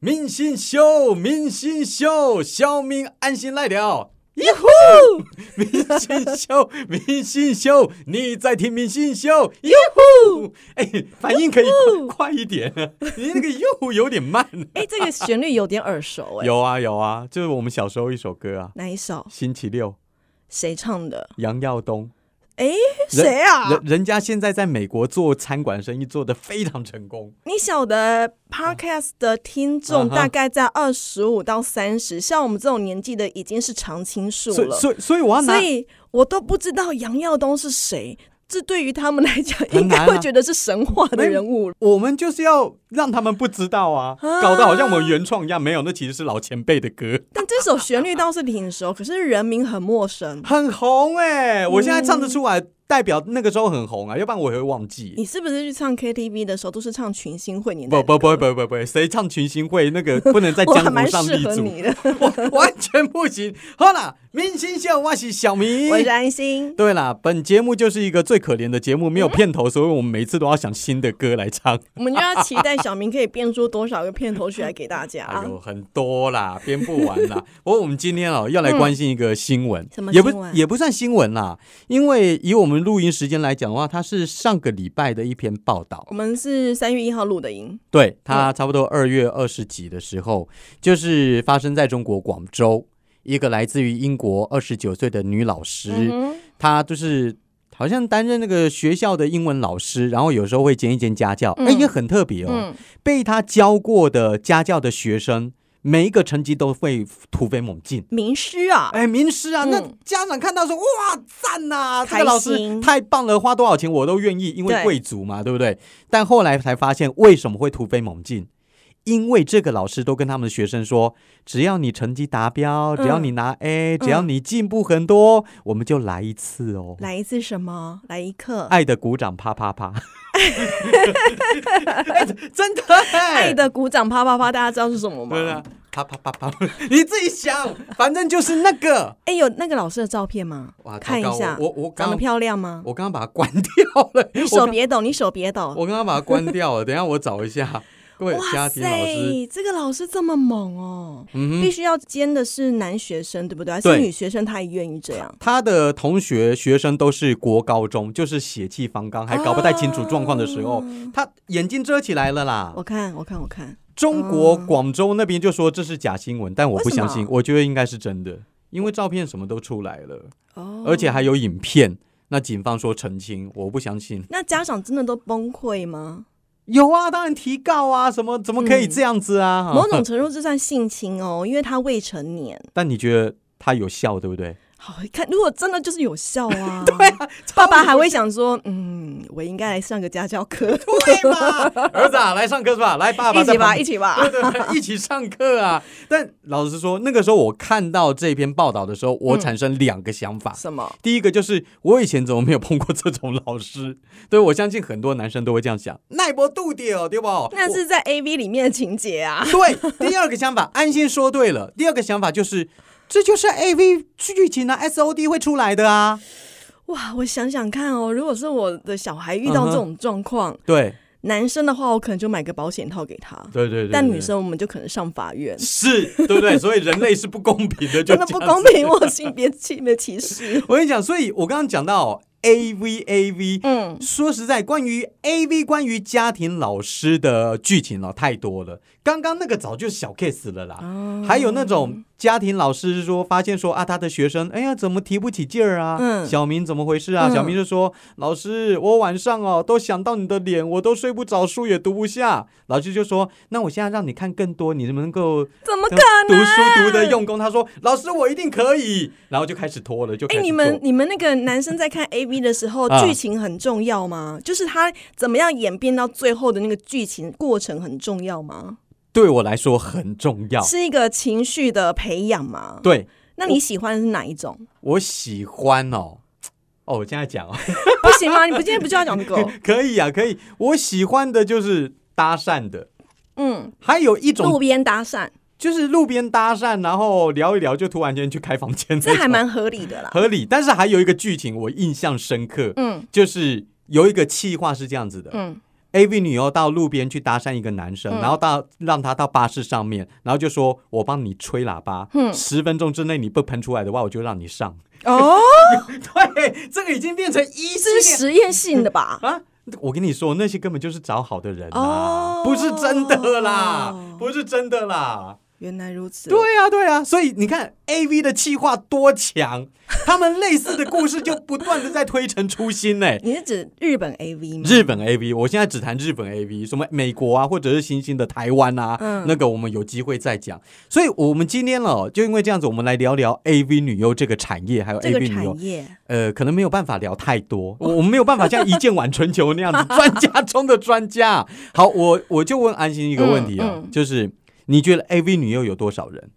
民心秀，民心秀，小民安心来了。耶呼！ 明星秀，明星秀，你在听明星秀？哟呼！哎，反应可以快快一点，啊你那个又有点慢。啊 哎，这个旋律有点耳熟哎，有啊有啊，就是我们小时候一首歌啊，哪一首？星期六，谁唱的？杨耀东。哎，人谁啊人？人家现在在美国做餐馆生意做得非常成功，你晓得 podcast 的听嗯众哼大概在二十五到三十，像我们这种年纪的已经是常青树所以啊了，所以所以我要拿所以我都不知道杨耀东是谁。这对于他们来讲，难啊应该会觉得是神话的人物。我们就是要让他们不知道啊，啊搞得好像我们原创一样，没有，那其实是老前辈的歌。但这首旋律倒是挺熟， 可是人名很 陌生。很红哎、我现在唱得出来，代表那个时候很红啊，要不然我也会忘记。你是不是去唱 KTV 的时候都是唱群星会年代不的不歌不，不不不，谁唱群星会那个不能在我江还蛮湖上适立合足，你的。 我完全不行。好啦，明星秀我是小明我。是安心，对啦，本节目就是一个最可怜的节目，没嗯有片头，所以我们每次都要想新的歌来唱。 我们就要期待小明可以变出多少个片头曲来给大家。 哎呦，很多啦，编不完啦。 不过我们今天哦，要来关心一个新闻，嗯什么也不新闻也不算新闻啦，因为以我们录音时间来讲的话，它是上个礼拜的一篇报道。我们是三月一号录的音，对，它差不多二月二十几的时候，就是发生在中国广州，一个来自于英国二十九岁的女老师，嗯她就是好像担任那个学校的英文老师，然后有时候会兼一兼家教，哎、嗯也很特别哼哦。嗯，被她教过的家教的学生，每一个成绩都会突飞猛进。名师啊，哎，名师啊，嗯那家长看到说哇赞呐、这开个老师心太棒了，花多少钱我都愿意，因为对贵族嘛，对不对？但后来才发现为什么会突飞猛进，因为这个老师都跟他们的学生说，只要你成绩达嗯标，只要你拿 A，、只要你进步很多，我们就来一次哦。来一次什么？来一课，爱的鼓掌，啪啪啪！ 哎真的哎、爱的鼓掌，啪啪啪，大家知道是什么对吗啊？，啪啪啪 啪，你自己想，反正就是那个。哎，有那个老师的照片吗哇？看一糟糕下，我我我刚长得漂亮吗？我刚刚把它关掉了， 你我手刚别抖，你手别抖。我刚刚把它关掉了，等一下我找一下。各位家哇庭老师，塞，这个老师这么猛哦！嗯必哼，须要兼的是男学生，对不对？还对是女学生，他也愿意这样。他的同学学生都是国高中，就是血气方刚，哦还搞不太清楚状况的时候，啊他眼睛遮起来了啦我。看，我看，我看，中国广州那边就说这是假新闻，但我不为什相么信，我觉得应该是真的，因为照片什么都出来了，哦，而且还有影片。那警方说澄清，我不相信。那家长真的都崩溃吗？有啊，当然提告啊，什么怎么可以这样子啊？嗯某种程度这算性侵哦，因为他未成年。 但你觉得他有效，对不对？ 好看，如果真的就是有效啊， 对啊， 爸爸还会想说，嗯，我应该来上个家教 课，对嘛， 儿子啊，来上课是吧？来，爸爸一起在旁吧，边一起吧。对对对，一起上课啊！但老实说，那个时候我看到这篇报道的时候，我嗯产生两个想法。 什么？第一个就是我以前怎么没有碰过这种老师？ 对我相信很多男生都会这样想，耐不度点哦，对不？那是在 A V 里面的情节啊。我对。第二个想法， 安心说对了。第二个想法就是，这就是 A V 剧情啊，S O D 会出来的啊。哇，我想想看哦，如果是我的小孩遇到这种状况，对男生的话，我可能就买个保险套给他；对对对但女。生，我们就可能上法院。是对不对？所以人类是不公平的，就真的不这样公子平，我性别性别歧 视。我跟你讲，所以我刚刚讲到 A V A V，嗯，说实在，关于 A V 关于家庭老师的剧情了太多了。刚刚那个早就小 case 了啦，哦还有那种家庭老师说发现说啊，他的学生哎呀怎么提不起劲儿啊？嗯小明怎么回事啊？嗯小明就说老师，我晚上哦都想到你的脸，我都睡不着，书也读不下。老师就说那我现在让你看更多，你能不能够怎么可读能？书读的用功，他说老师我一定可以，然后就开始拖了，就开哎、始你拖们你们那个男生在看 A V 的时候，啊剧情很重要吗？就是他怎么样演变到最后的那个剧情过程很重要吗？对我来说很重要。是一个情绪的培养吗？哦对那你喜欢的是哪一种？ 我喜欢哦，哦，我现在讲哦，不行吗？你不今天不就要讲这个哦？ 可以啊，可以。我喜欢的就是搭讪的，嗯，还有一种路边搭讪，就是路边搭讪，然后聊一聊就突然间去开房间那种，这还蛮合理 的啦。合理。但是还有一个剧情我印象深刻，嗯就是有一个企划是这样子的，嗯， AV 女优到路边去搭讪一个男生，嗯然后到让他到巴士上面，然后就说：“我帮你吹喇叭，嗯十分钟之内你不喷出来的话，我就让你上。哦，”对，这个已经变成医这是师实验性的吧？啊！我跟你说，那些根本就是找好的人啊，哦不是真的啦，不是真的啦。 原来如此，对呀、对呀、所以你看 A V 的气化多强，他们类似的故事就不断的在推陈出新呢、你是指日本 AV 吗？日本 A V，我现在只谈日本 A V，什么美国啊，或者是新兴的台湾啊，嗯那个我们有机会再讲。所以，我们今天哦，就因为这样子，我们来聊聊 A V 女优这个产业，还有这 A 个 V 女优产。业呃，可能没有办法聊太多，我我们没有办法像一剑挽春秋那样子，专家中的专家。 好，我我就问安心一个问题啊、嗯嗯就是你觉得 A V 女优有多少人？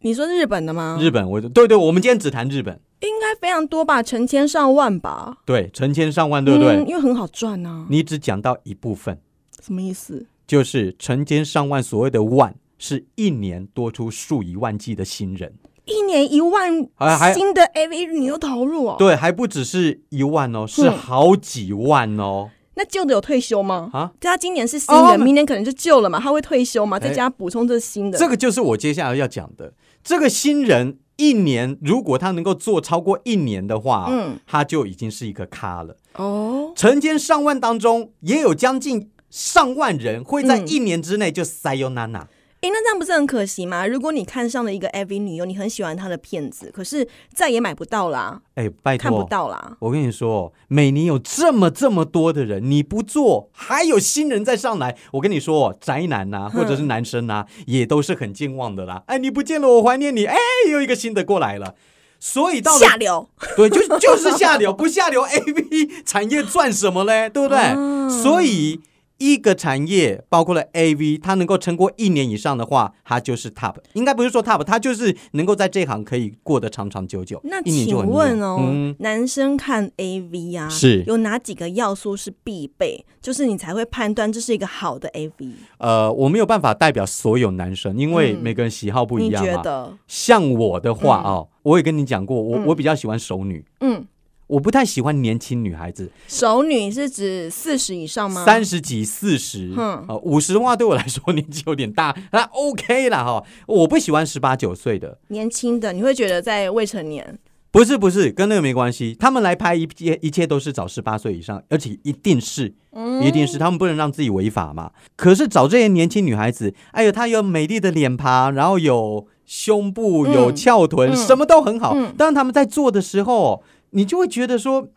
你说日本的吗？日本，我对对，我们今天只谈日本，应该非常多吧，成千上万吧，对，成千上万，对不对？嗯因为很好赚啊，你只讲到一部分，什么意思？就是成千上万所谓的万，是一年多出数以万计的新人，一年一万还还新的 AV 女优投入哦，对，还不只是一万哦，是嗯好几万哦，那旧的有退休吗？啊。他今年是新哦人，明年可能就旧了嘛，他会退休嘛，哎再加补充这新的。这个就是我接下来要讲的。这个新人一年，如果他能够做超过一年的话，嗯他就已经是一个咖了。哦，成千上万当中，也有将近上万人会在嗯一年之内就塞哟娜娜。诶，那这样不是很可惜吗？如果你看上了一个 AV 女优，你很喜欢她的片子，可是再也买不到啦，哎，拜看不托。到啦。我跟你说，每年有这么这么多的人，你不做，还有新人再上来。我跟你说，哦宅男呐、嗯或者是男生呐、也都是很健忘的啦。哎，你不见了，我怀念你。哎，又一个新的过来了。所以到了下流，对，就就是下流，不下流 A V 产业赚什么嘞？对不对？啊所以一个产业包括了 A V，它能够撑过一年以上的话，它就是 top。应该不是说 top，它就是能够在这行可以过得长长久久。那一年请就很厉害问哦，嗯，男生看 AV 啊，是有哪几个要素是必备，就是你才会判断这是一个好的 AV？呃，我没有办法代表所有男生，因为每个人喜好不一嗯你样啊觉嘛。得？像我的话哦，我也跟你讲过，我、我比较喜欢熟女，嗯，我不太喜欢年轻女孩子。熟女是指四十以上吗？三十几、四十，嗯呃，五十的话对我来说年纪有点大，那 OK 啦哈。我不喜欢十八九岁的，年轻的，你会觉得在未成年。不是不是，跟那个没关系。他们来拍一切，一切都是找十八岁以上，而且一定是，嗯一定是他们不能让自己违法嘛。可是找这些年轻女孩子，哎呦，她有美丽的脸庞，然后有胸部，嗯有翘臀，嗯什么都很好。嗯但是他们在做的时候，你就会觉得说。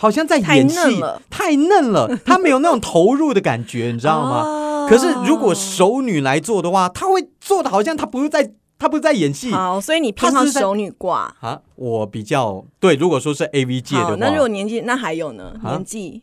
好像在演戏，太嫩了太嫩了， 她没有那种投入的感觉，你知道吗？哦可是如果熟女来做的话，她会做的好像她不是在，她不是在演戏好，所以你偏他好是在熟女挂。啊。我比较对，如果说是 A V 界的好，话，那如果年纪，那还有呢？啊年纪，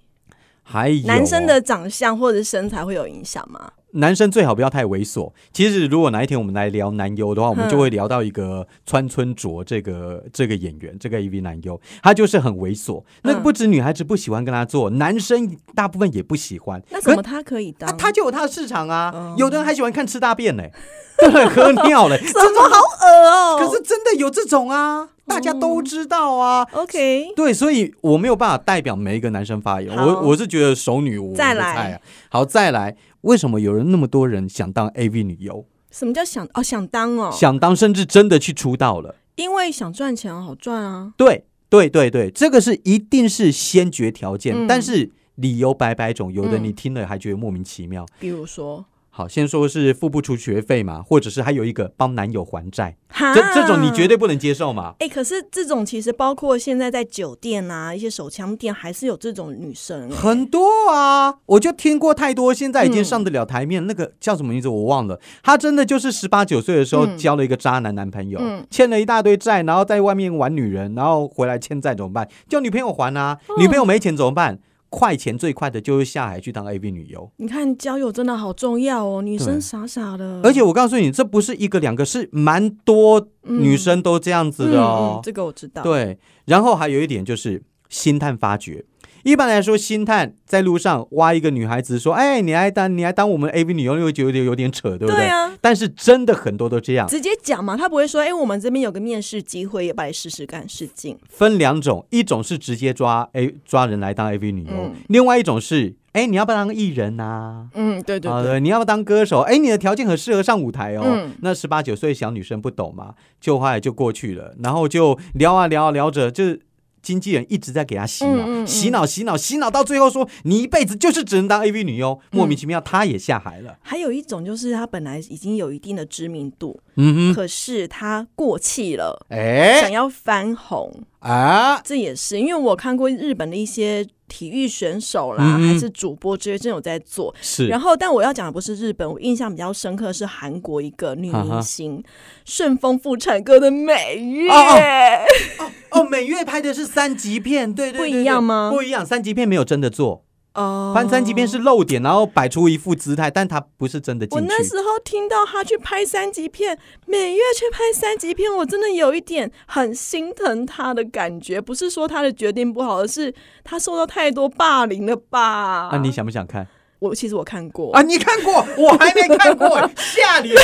还有啊男生的长相或者身材会有影响吗？男生最好不要太猥琐。其实如果哪一天我们来聊男优的嗯话，我们就会聊到一个川村卓这个这个演员，这个 A V 男优，他就是很猥琐。嗯那个不止女孩子不喜欢跟他做，男生大部分也不喜欢。那可怎么他可以当？啊，他就有他的市场啊！哦有的人还喜欢看吃大 便嘞、对不对，喝尿 嘞，怎么好恶哦、可是真的有这种啊，大家都知道啊。 OK，对，所以我没有办法代表每一个男生发言。好我我是觉得熟女我再不来菜啊。好，再来，为什么有人那么多人想当 AV 女优，什么叫想哦想当哦？想当甚至真的去出道了？因为想赚钱好赚啊。对，对，对，对，这个是一定是先决条件，嗯但是理由百百种，有的嗯你听了还觉得莫名其妙。比如说，好，先说是付不出学费嘛，或者是还有一个帮男友还债，哈这这种你绝对不能接受嘛？哎、可是这种其实包括现在在酒店啊，一些手枪店还是有这种女生、欸。很多啊，我就听过太多，现在已经上得了台面。那个叫什么名字我忘了，她真的就是十八九岁的时候嗯交了一个渣男男朋友，嗯欠了一大堆债，然后在外面玩女人，然后回来欠债怎么办？叫女朋友还啊，哦女朋友没钱怎么办？快钱最快的就是下海去当 AV 女优，你看交友真的好重要哦，女对生傻傻的，而且我告诉你，这不是一个两个，是蛮多女生都这样子的嗯嗯嗯哦。这个我知道。对，然后还有一点就是星探发掘，一般来说，星探在路上挖一个女孩子说：“哎，你来当你来当我们 AV 女优，又觉得有点扯，对不啊对啊，但是真的很多都这样，直接讲嘛，他不会说，哎、我们这边有个面试机会，也把你试试看试镜。分两种，一种是直接抓 A 抓人来当 AV 女优，嗯另外一种是哎你要不要当艺人呐、嗯，对对啊，对，你要不要当歌手？哎，你的条件很适合上舞台哦。嗯那十八九岁小女生不懂嘛，就后来就过去了，然后就聊啊聊啊聊着，就是经纪人一直在给她洗脑，嗯嗯嗯洗脑洗脑洗脑，到最后说你一辈子就是只能当 AV 女优，嗯莫名其妙她也下海了。还有一种就是他本来已经有一定的知名度，嗯哼，可是他过气了，哎想要翻红，啊，这也是因为我看过日本的一些体育选手啦，嗯还是主播之类，真有在做。是然后，但我要讲的不是日本，我印象比较深刻是韩国一个啊女明星，顺丰妇产科的美月。哦哦，每月拍的是三级片，对对对不一对样吗不一样，三级片没有真的做，哦翻三级片是露点，然后摆出一副姿态，但他不是真的进我去。那时候听到他去拍三级片，每月去拍三级片，我真的有一点很心疼他的感觉。不是说他的决定不好，而是他受到太多霸凌了吧？啊，你想不想看我其实我看过，啊？你看过，我还没看 过，下流，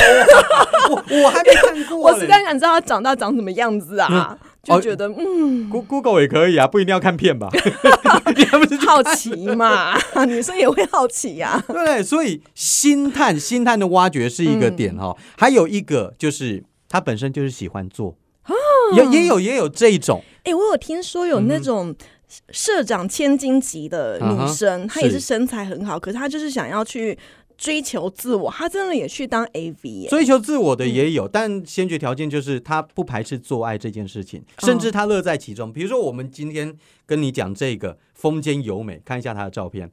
我我还没看过我嘞实在想知道他长大长什么样子啊，嗯哦就觉得 嗯， Go- Google 也可以啊，不一定要看片 吧？你还不是好奇嘛， 女生也会好奇呀、对不 对，所以星探星探的挖掘是一个点哈、哦，嗯还有一个就是他本身就是喜欢做，啊也也有也有这一种，哎、我有听说有嗯那种社长千金级的女嗯生，哼她也是是身材很好，可是她就是想要去追求自我，她真的也嗯去当 AV 耶、追求自我的也有，但先决条件就是他不排斥做爱这件事情，嗯甚至他乐在其中。比如说，我们今天跟你讲这个风间由美，看一下她的照片，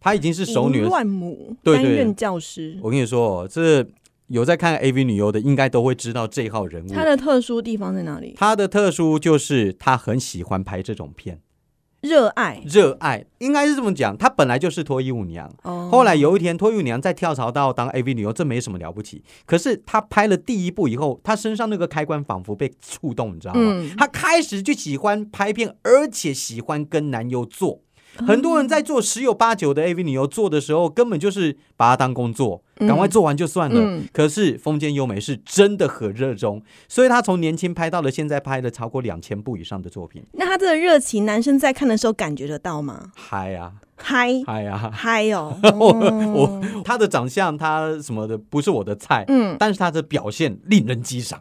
她已经是熟女淫了。乱母对担对任教师，我跟你说、哦，这有在看 AV 女优的，应该都会知道这号人物。她的特殊地方在哪里？她的特殊就是她很喜欢拍这种片，热爱热爱应该是这么讲。她本来就是脱衣舞娘，哦，后来有一天，脱衣舞娘再跳槽到当 AV 女优，这没什么了不起。可是她拍了第一部以后，她身上那个开关仿佛被触动，你知道吗？嗯她开始就喜欢拍片，而且喜欢跟男优做。很多人在做十有八九的 AV 女优做的时候，根本就是把它当工作，赶快做完就算了。嗯可是风间优美是真的很热衷，所以她从年轻拍到了现在拍了超过两千部以上的作品，那她这个热情，男生在看的时候感觉得到吗？嗨啊嗨嗨啊！嗨 哦，我嗯我他的长相，他什么的不是我的菜，嗯但是他的表现令人激赏，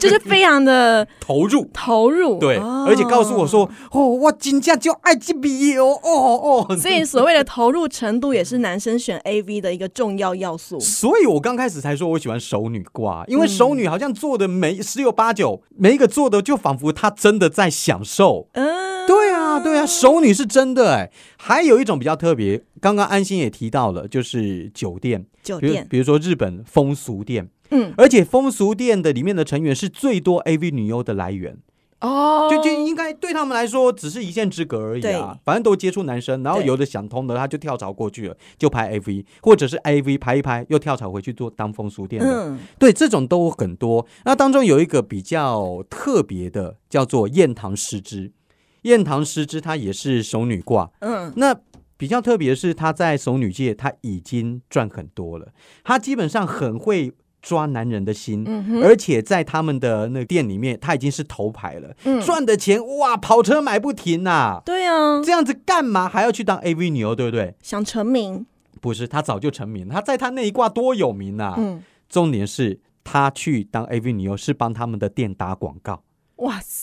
就是非常的投入。投入， 对，哦而且告诉我说，哦，我真正就爱这笔哦，哦哦，所以所谓的投入程度也是男生选 AV 的一个重要要素。所以我刚开始才说我喜欢熟女挂，因为熟女好像做的每十有八九，每一个做的就仿佛她真的在享受。嗯，对啊，对啊，熟女是真的哎。还有一种比较特别，刚刚安心也提到了，就是酒店，酒比如店，比如说日本风俗店，嗯，而且风俗店的里面的成员是最多 AV 女优的来源，哦就就应该对他们来说只是一线之隔而已啊对。反正都接触男生，然后对有的想通的他就跳槽过去了，就拍 AV，或者是 AV 拍一拍又跳槽回去做当风俗店的。嗯，对，这种都很多。那当中有一个比较特别的，叫做燕堂诗织。燕堂诗织她也是熟女挂，嗯，那比较特别的是，她在熟女界她已经赚很多了，她基本上很会抓男人的心，嗯哼而且在他们的那个店里面，她已经是头牌了，嗯赚的钱哇，跑车买不停呐、对啊，这样子干嘛还要去当 AV 女优，对不对？想成名，不是，她早就成名了，她在她那一挂多有名呐、嗯，重点是她去当 AV 女优是帮他们的店打广告，哇塞，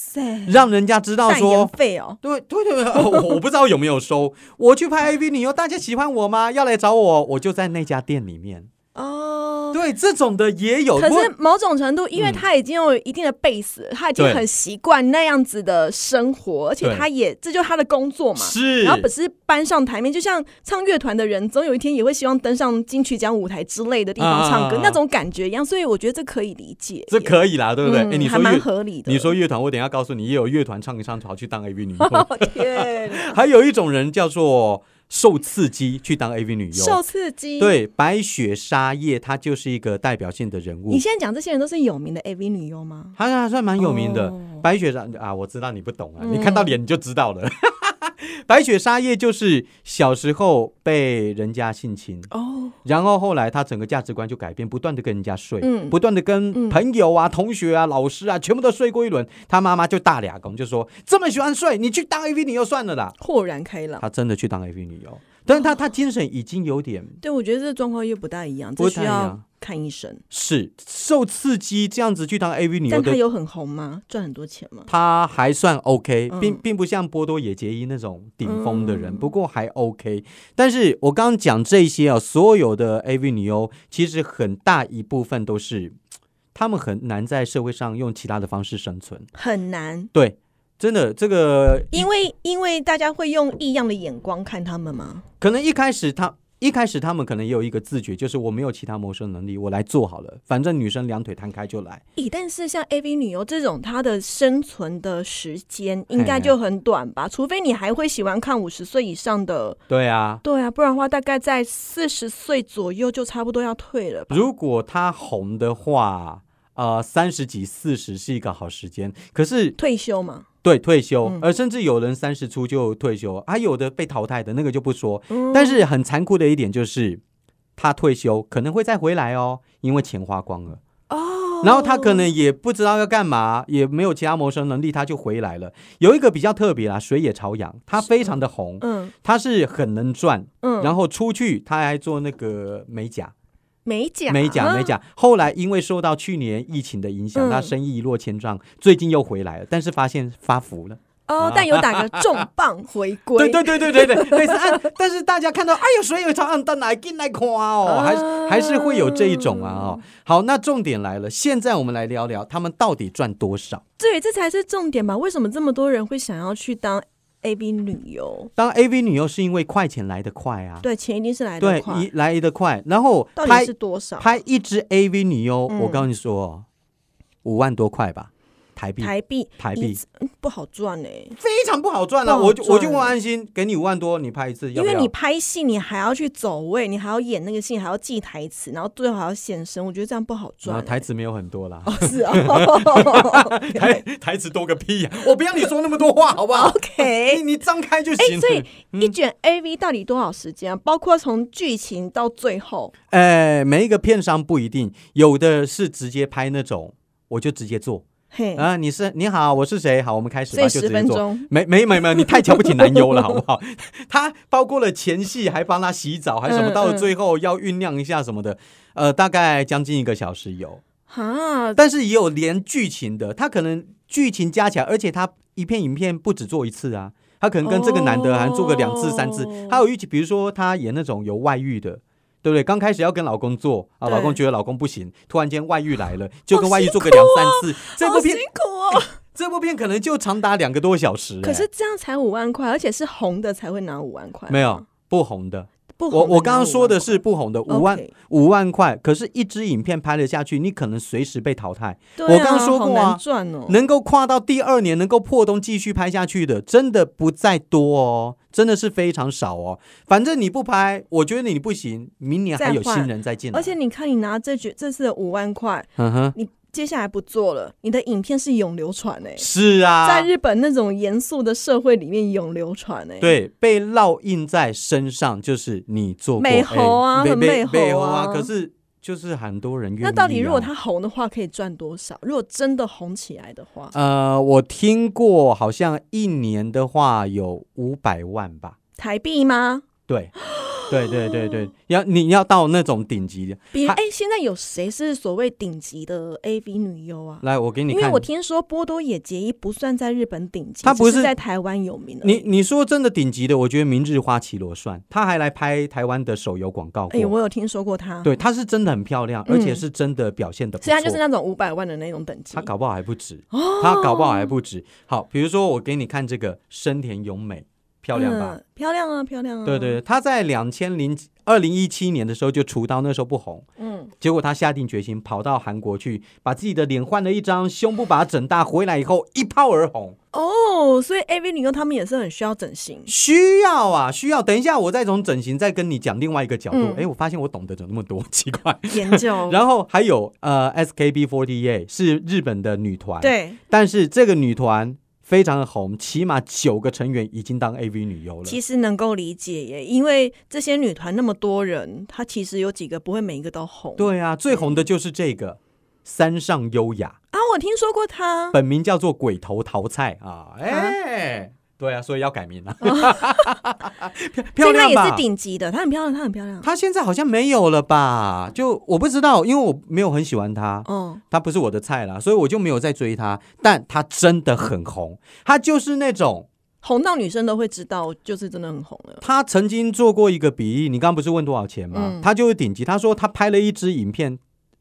让人家知道代言说费哦，对对 对对，哦我我不知道有没有收。我去拍 AV 女优，大家喜欢我吗？要来找我，我就在那家店里面。哦。对，这种的也有。可不过是嗯某种程度，因为嗯他已经有一定的 base，、他已经对很习惯那样子的生活，而且对他也这就是他的工作嘛。是，然后只是搬上台面，就像唱乐团的人，总有一天也会希望登上金曲奖舞台之类的地方唱歌，啊那种感觉一样。所以我觉得这可以理解，这可以啦，对不对？哎、嗯你还说蛮乐，合理的。你 说乐团，我等一下 告诉你，也有乐团唱一唱，跑去当 AV 女优。哦天，还有一种人叫做受刺激去当 AV 女受优。刺激。，对，白雪沙叶她就是一个代表性的人物你，现在讲这些人都是有名的 AV 女优吗？她还算蛮有名的。哦白雪沙啊，我知道你不懂啊，嗯你看到脸你就知道了。 白雪沙叶就是小时候被人家性侵，哦，然后后来她整个价值观就改变，不断的跟人家睡，嗯不断的跟嗯朋友啊、同学啊、老师啊，全部都睡过一轮。她妈妈就大俩公，就说这么喜欢睡，你去当 AV 女优算了啦。豁然开朗。她真的去当 AV 女优，但哦是她她精神已经有点对，我觉得这状况又不大一样，不这太需一要样，看医生。是受刺激这样子去当 AV 女优但他的。有很红吗？赚很多钱吗？她还算 OK，嗯并并不像波多野结衣那种顶峰的人，嗯不过还 OK。但是我刚刚讲这些啊，所有的 AV 女优其实很大一部分都是，她们很难在社会上用其他的方式生存。很难，对，真的，这个因为因为大家会用异样的眼光看他们吗？可能一开始她。一开始她们可能也有一个自觉，就是我没有其他谋生能力，我来做好了。反正女生两腿摊开就来，咦，但是像 AV 女优这种，她的生存的时间应嘿该就很短吧？除非你还会喜欢看五十岁以上的，对啊。对啊，不然的话大概在四十岁左右就差不多要退了吧。如果她红的话，呃，三十几、四十是一个好时间。可是退休嘛，对退休，嗯而甚至有人三十出就退休，还、有的被淘汰的那个就不说。嗯但是很残酷的一点就是，他退休可能会再回来哦，因为钱花光了。哦，然后他可能也不知道要干嘛，也没有其他谋生能力，他就回来了。有一个比较特别啦，水野朝阳，他非常的红，嗯他是很能赚，嗯，然后出去他还做那个美甲，美甲美甲，美，啊甲。后来因为受到去年疫情的影响，嗯他生意一落千丈，最近又回来了，但是发现发福了。哦，但有打个重磅回归，啊 对对对对对对，类似啊。但是大家看到，哎呦，水有长按灯来进来看啊哦，还是还是会有这一种啊哦。好，那重点来了，现在我们来聊聊他们到底赚多少。对，这才是重点吧？为什么这么多人会想要去当 AV 女优？当 AV 女优是因为快钱来得快啊，对，钱一定是来对得，快，一来得快，然后到底拍是多少？拍一支 AV 女优，嗯我告诉你说，五万多块吧，台币。台币，台一币次嗯不好赚哎、非常不好赚不啊！好我就我就赚问安心，给你五万多，你拍一次要因不要？为你拍戏，你还要去走位，你还要演那个戏，还要记台词，然后最后还要现身，我觉得这样不好然赚后欸、台词没有很多啦，哦是哦 台台词多个屁呀！我不要你说那么多话，好不好？ ，OK。你张开就哎、所以嗯一卷 AV 到底多少时间、啊？包括从剧情到最后，呃，每一个片商不一定，有的是直接拍那种，我就直接做嘿，啊、你是你好，我是谁？好，我们开始吧，哎所以就直十接分做。钟，没没没没，你太瞧不起男优了，好不好？他包括了前戏，还帮他洗澡，还什么，嗯到了嗯最后要酝酿一下什么的，呃，大概将近一个小时有。哈，但是也有连剧情的，他可能剧情加起来，而且他一片影片不止做一次啊，他可能跟这个男的还做个两次、三次哦，还有一起，比如说他演那种有外遇的。对不对？刚开始要跟老公做啊，对老公觉得老公不行，突然间外遇来了，就跟外遇做个两三次。这部哦好辛片苦哦。这部片可能就长达两个多小时、可哎是这样才五万块，而且是红的才会拿五万块，没有不红的。不我红的我刚刚拿5说的是不红的，五万 OK 五万块。可是，一支影片拍了下去，你可能随时被淘汰。对我啊刚刚说过啊好难赚哦，能够跨到第二年，能够破冬继续拍下去的，真的不在多哦，真的是非常少哦。反正你不拍，我觉得你不行，明年还有再换新人再进来。而且，你看你拿这局这次的五万块，嗯哼，接下来不做了，你的影片是永流传哎、是啊，在日本那种严肃的社会里面永流传哎、，对被烙印在身上，就是你做过美猴啊被很被美猴被猴啊。啊可是就是很多人愿意、啊那到底如果？他红的话，可以赚多少？如果真的红起来的话，呃，我听过，好像一年的话有五百万吧。台币吗？对，对对对对，要你要到那种顶级的，比如他哎、现在有谁是所谓顶级的 AV 女优啊？来，我给你因看。为我听说波多野结衣不算在日本顶级，她不只是在台湾有名的。你你说真的顶级的，我觉得明日花绮罗算，她还来拍台湾的手游广告哎、过。我有听说过她，对，她是真的很漂亮，嗯而且是真的表现的不所以她就是错。那种哦五百万的那种等级。她搞不好还不止，她搞不好还不止。好，比如说我给你看这个深田咏美，漂亮吧？嗯漂亮啊，漂亮啊！对对，对，她在两千零二零一七年的时候就出道，那时候不红，嗯，结果他下定决心跑到韩国去，把自己的脸换了一张，胸部把它整大，回来以后一炮而红。哦，所以 AV 女优她们也是很需要 整形。需要啊，需要。等一下，我再从整形再跟你讲另外一个角度。嗯哦哎、我发现我懂得怎么那么多，奇怪。研究，然后还有呃，SKB48 是日本的女团，，对，但是这个女团非常的红，起码九个成员已经当 AV 女优了。其实能够理解耶，因为这些女团那么多人，她其实有几个不会每一个都红。对啊，最红的就是这个三上优雅，啊，我听说过她，本名叫做鬼头桃菜啊，哎、对啊，所 以要改 名了，漂漂所以她亮也吧是？顶级的，她很漂亮，她很漂亮。她现在好像没有了吧？就我不知道，因为我没有很喜欢她。哦，他不是我的菜啦，所以我就没有再追他。但他真的很红，他就是那种红到女生都会知道，就是真的很红了。他曾经做过一个比例，你刚刚不是问多少钱吗？嗯他就是顶级。他说他拍了一支影片，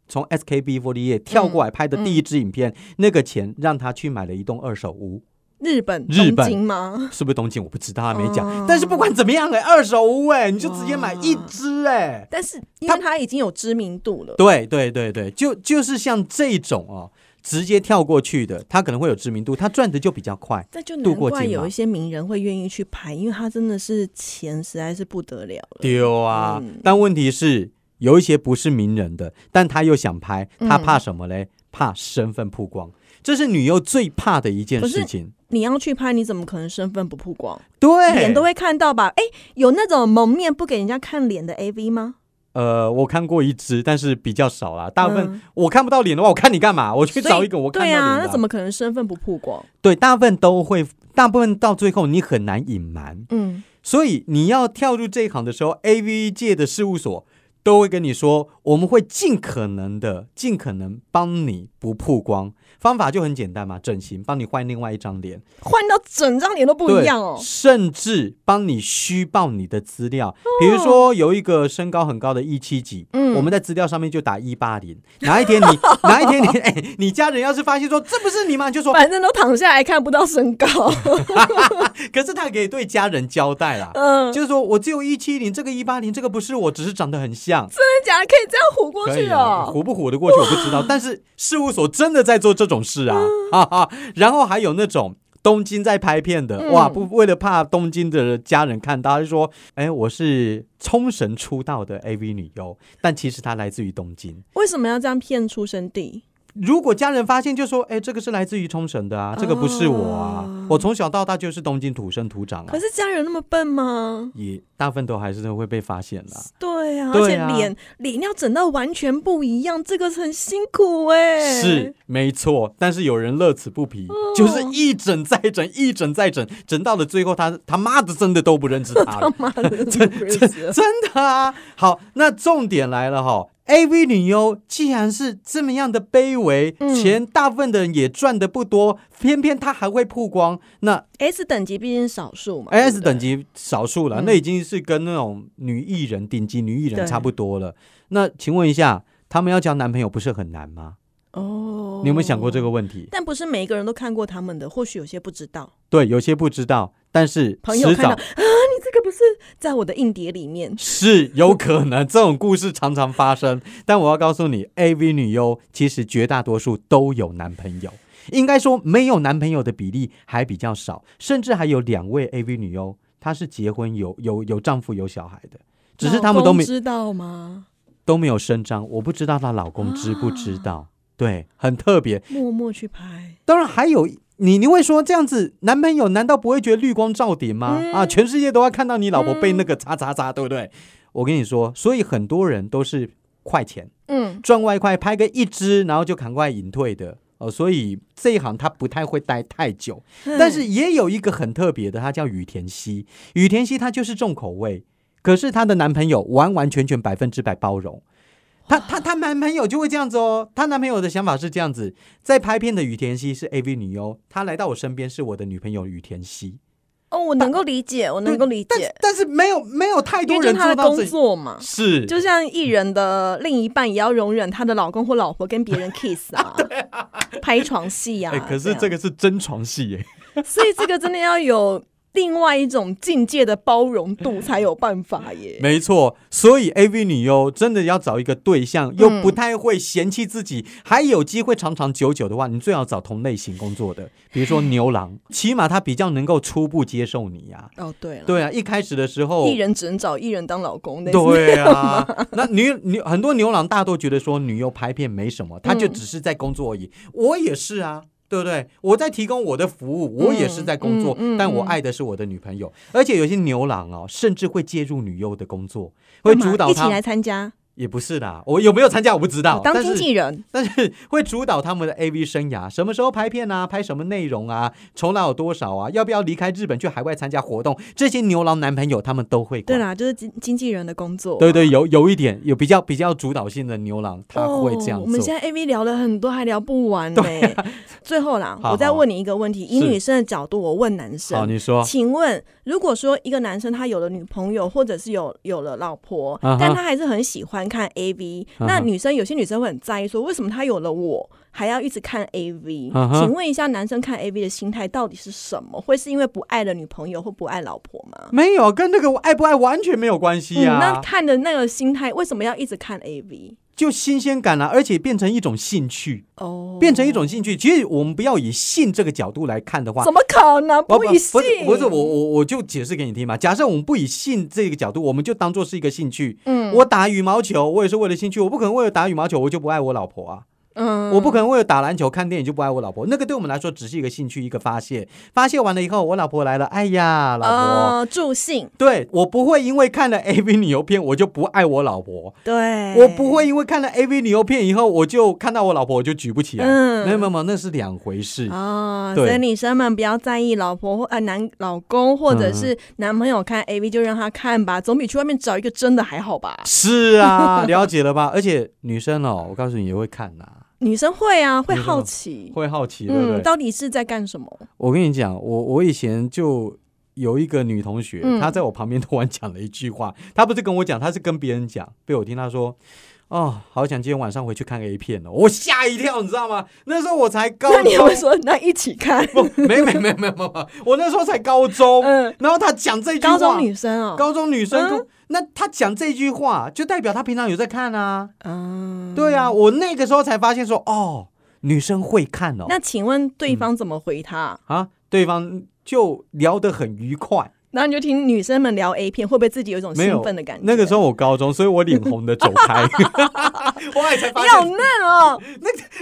从 SKB48 跳过来拍的第一支影片，嗯那个钱让他去买了一栋二手屋，日本，日本东京吗？是不是东京？我不知道，他没讲。哦但是不管怎么样、哎，二手屋哎、你就直接买一只哎、但是因为她已经有知名度了，对对对对，就就是像这种哦，直接跳过去的，他可能会有知名度，他赚的就比较快。那就度难过怪金马有一些名人会愿意去拍，因为她真的是钱实在是不得了了。丢啊！嗯但问题是，有一些不是名人的，但他又想拍，嗯他怕什么嘞？怕身份曝光，这是女优最怕的一件事情。你要去拍，你怎么可能身份不曝光？对，脸都会看到吧？哎、有那种蒙面不给人家看脸的 AV 吗？呃，我看过一支，但是比较少啦。大部分、嗯我看不到脸的话，我看你干嘛？我去找一个我看到对脸的、啊，那怎么可能身份不曝光？对？大部分都会，大部分到最后你很难隐瞒。嗯，所以你要跳入这一行的时候，AV 界的事务所都会跟你说，我们会尽可能的、尽可能帮你不曝光。方法就很简单嘛，整形，帮你换另外一张脸，换到整张脸都不一样哦对。甚至帮你虚报你的资料。比如说有一个身高很高的一七几，哦嗯我们在资料上面就打一八零。哪一天 你哪一天你 哎、你家人要是发现说这不是你嘛， 就说反正都躺下来看不到 身高，可是他可以对家人交代啦。嗯，真就是说我只有一七零，这个一八零，这个不是我，只是长得很像。的假的？可以这样唬过可以去啊，哦？活不活得过去我不知道，但是事务所真的在做这种事啊，嗯哈哈。然后还有那种东京在拍片的，嗯哇，不为了怕东京的家人看到，他就说，哎，我是冲绳出道的 AV 女优，但其实她来自于东京。为什么要这样骗出生地？如果家人发现，就说，哎，这个是来自于冲绳的啊，这个不是我啊，哦我从小到大就是东京土生土长啊可。是家人那么笨吗？也大部分都还是会被发现啦。对啊，而对且啊脸脸要整到完全不一样，这个很辛苦哎、，是没错，但是有人乐此不疲，就是一整再整，一整再整，整到了最后他，他妈的真的都不认识他了 妈的，真的真的啊！好，那重点来了哈，AV 女优既然是这么样的卑微，嗯钱大部分的人也赚的不多，偏偏她还会曝光，那 S 等级毕竟是少数嘛 S 对不对等级少数了，嗯那已经是跟那种女艺人、顶级女艺人对差不多了。那请问一下，她们要交男朋友不是很难吗？哦，你有没有想过这个问题？但不是每一个人都看过他们的，或许有些不知道。对，有些不知道，但是朋友迟看到早啊，你这个不是在我的硬碟里面， 是有可能这种故事常常发生。但我要告诉你，AV 女优其实绝大多数都有男朋友，应该说没有男朋友的比例还比较少，甚至还有两位 AV 女优她是结婚有有有丈夫有小孩的，只是他们都老哦公没知道吗？都没有声张，我不知道她老公知不知啊道。对，很特别。默默去拍，当然还有你，你会说这样子，男朋友难道不会觉得绿光照顶吗？嗯啊，全世界都要看到你老婆被那个叉叉叉，对不对？我跟你说，所以很多人都是快钱嗯，赚外快，拍个一支，然后就赶快隐退的。哦，所以这一行他不太会待太久，嗯但是也有一个很特别的，她叫羽田希。羽田希她就是重口味，可是她的男朋友完完全全百分之百包容。她她她男朋友就会这样子哦，她男朋友的想法是这样子，在拍片的羽田希是 AV 女优，她来到我身边是我的女朋友羽田希，哦，我能够理解，我能够理但是解，但是没有没有太因多为就是人他做的到工这，作嘛。是就像艺人的另一半也要容忍她的老公或老婆跟别 人 kiss 啊，拍床戏啊哎、可是这样个是真床戏耶，所以这个真的要有另外一种境界的包容度才有办法耶。没错，所以 AV 女优真的要找一个对象，又不太会嫌弃自己，还有机会长长久久的话，你最好找同类型工作的，比如说牛郎，起码他比较能够初步接受你呀、哦，对了，对啊，一开始的时候艺，人只能找艺人当老公，那对啊， 那女女很多牛郎大都觉得说女优拍片没什么，她就只是在工作而已。我也是啊。对不对？我在提供我的服务，我也是在工作，嗯嗯嗯但我爱的是我的女朋友。而且有些牛郎哦，甚至会介入女优的工作，会主导一起她来参加，也不是啦，我有没有参加我不知道我，当但经是纪人。但是 会主导他们的 AV 生涯，什么时候拍片啊，拍什么内容啊，酬劳有多少啊，要不要离开日本去海外参加活动，这些牛郎男朋友他们都会对管。啦，就是经经纪人的工作。啊对对，有有一点有比较比较主导性的牛郎，他会这样哦。我们做。现在 A V 聊了很多，还聊不完呢、最后啦，好我再问你一个问题，以是女生的角度，我问男好，生。你说请问，如果说一个男生他有了女朋友，或者是有有了老婆啊哈但他还是很喜欢看 A V，、啊哈那女生有些女生会很在意说，为什么他有了我还要一直看 A V？、啊哈请问一下，男生看 A V 的心态到底是什么？会是因为不爱了女朋友或不爱老婆吗？没有跟那个爱不爱完全没有关系啊呀、嗯，那看的那个心态，为什么要一直看 A V？就新鲜感啦、而且变成一种兴趣，哦，变成一种兴趣。其实我们不要以性这个角度来看的话，怎么可能哦不以不性？是不是我我我就解释给你听嘛。假设我们不以性这个角度，我们就当做是一个兴趣。嗯我打羽毛球，我也是为了兴趣，我不可能为了打羽毛球我就不爱我老婆啊，嗯我不可能为了打篮球看电影就不爱我老婆。那个对我们来说只是一个兴趣，一个发泄。发泄完了以后，我老婆来了，哎呀，老婆。呃助兴，对，我不会因为看了 AV 旅游片我就不爱我老婆，对，我不会因为看了 AV 旅游片以后我就看到我老婆我就举不起来。嗯没有没有没有，那是两回事。哦，对所以女生们不要在意老婆或呃男老公或者是嗯男朋友看 A V 就让他看吧，总比去外面找一个真的还好吧？是啊，了解了吧？而且女生哦，我告诉你也会看呐、女生会啊，会女生好奇，会好奇，对不对？嗯，到底是在干什么？我跟你讲，我我以前就有一个女同学，嗯她在我旁边 突然讲了一句话，她不是跟我讲，她是跟别人讲，被我听她说。哦，好想今天晚上回去看 A 片哦！我吓一跳，你知道吗？那时候我才高那你中会，说那一起看？不，没没没没没没，我那时候才 高中。嗯，然后她讲这句话，高中女生哦，高中女生跟嗯那她讲这句话，就代表她平常有在看啊。嗯，对啊，我那个时候才发现说，哦，女生会看哦。那请问对方怎么回他？啊，对方就聊得很愉快。然后你就听女生们聊 A 片，会不会自己有一种没有兴奋的感觉？那个时候我高中，所以我脸红的走 开。我也才发你好现，嫩哦，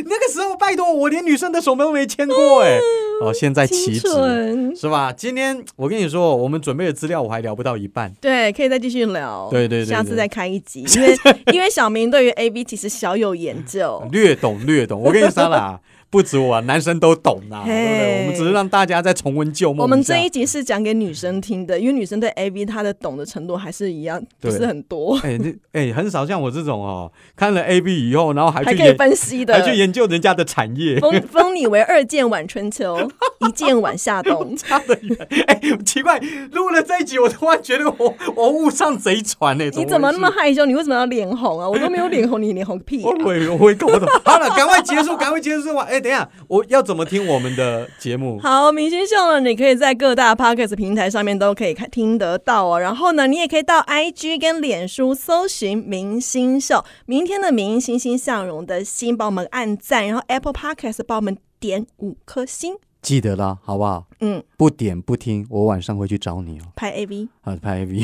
那个时候拜托我连女生的手都没牵过哎、哦，现在嗯清岂止纯。是吧？今天我跟你说，我们准备的资料我还聊不到一半。对，可以再继续聊。对对对对下次再开一集，因为 因为小明对于 A B 其实小有研究。略懂略懂，我跟你说啦， 不止我、啊，男生都懂啦、嘿对不对？我们只是让大家再重温旧梦一下。我们这一集是讲给女生听的，因为女生对 A B 她的懂的程度还是一样，不对是很多，哎，那哎很少像我这种哦，看了 A B 以后，然后还还去可以研分析还的。去研究人家的产业，封封你为二剑晚 春秋，一剑晚夏冬。差得远。哎，奇怪，录了这一集，我突然觉得我我误上贼船呢、欸你怎么那么回事？害羞？你为什么要脸红啊？我都没有脸红，你脸红个屁啊、 我会我会搞 不懂。好了，赶快结束，赶快结束完。哎，等一下，我要怎么听我们的节目？ 好，明星秀呢，你可以在各大 podcast 平台上面都可以看听得到哦。然后呢，你也可以到 IG 跟脸书搜寻“明星秀”，明天的“明欣欣向荣”的“星”，帮我们按赞，然后 Apple Podcast 帮我们点五颗星。记得啦，好不好？嗯，不点不听，我晚上会去找你哦。拍 AV， 啊，拍 A V。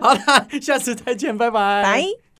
好啦，下次再见，拜拜。嗯拜。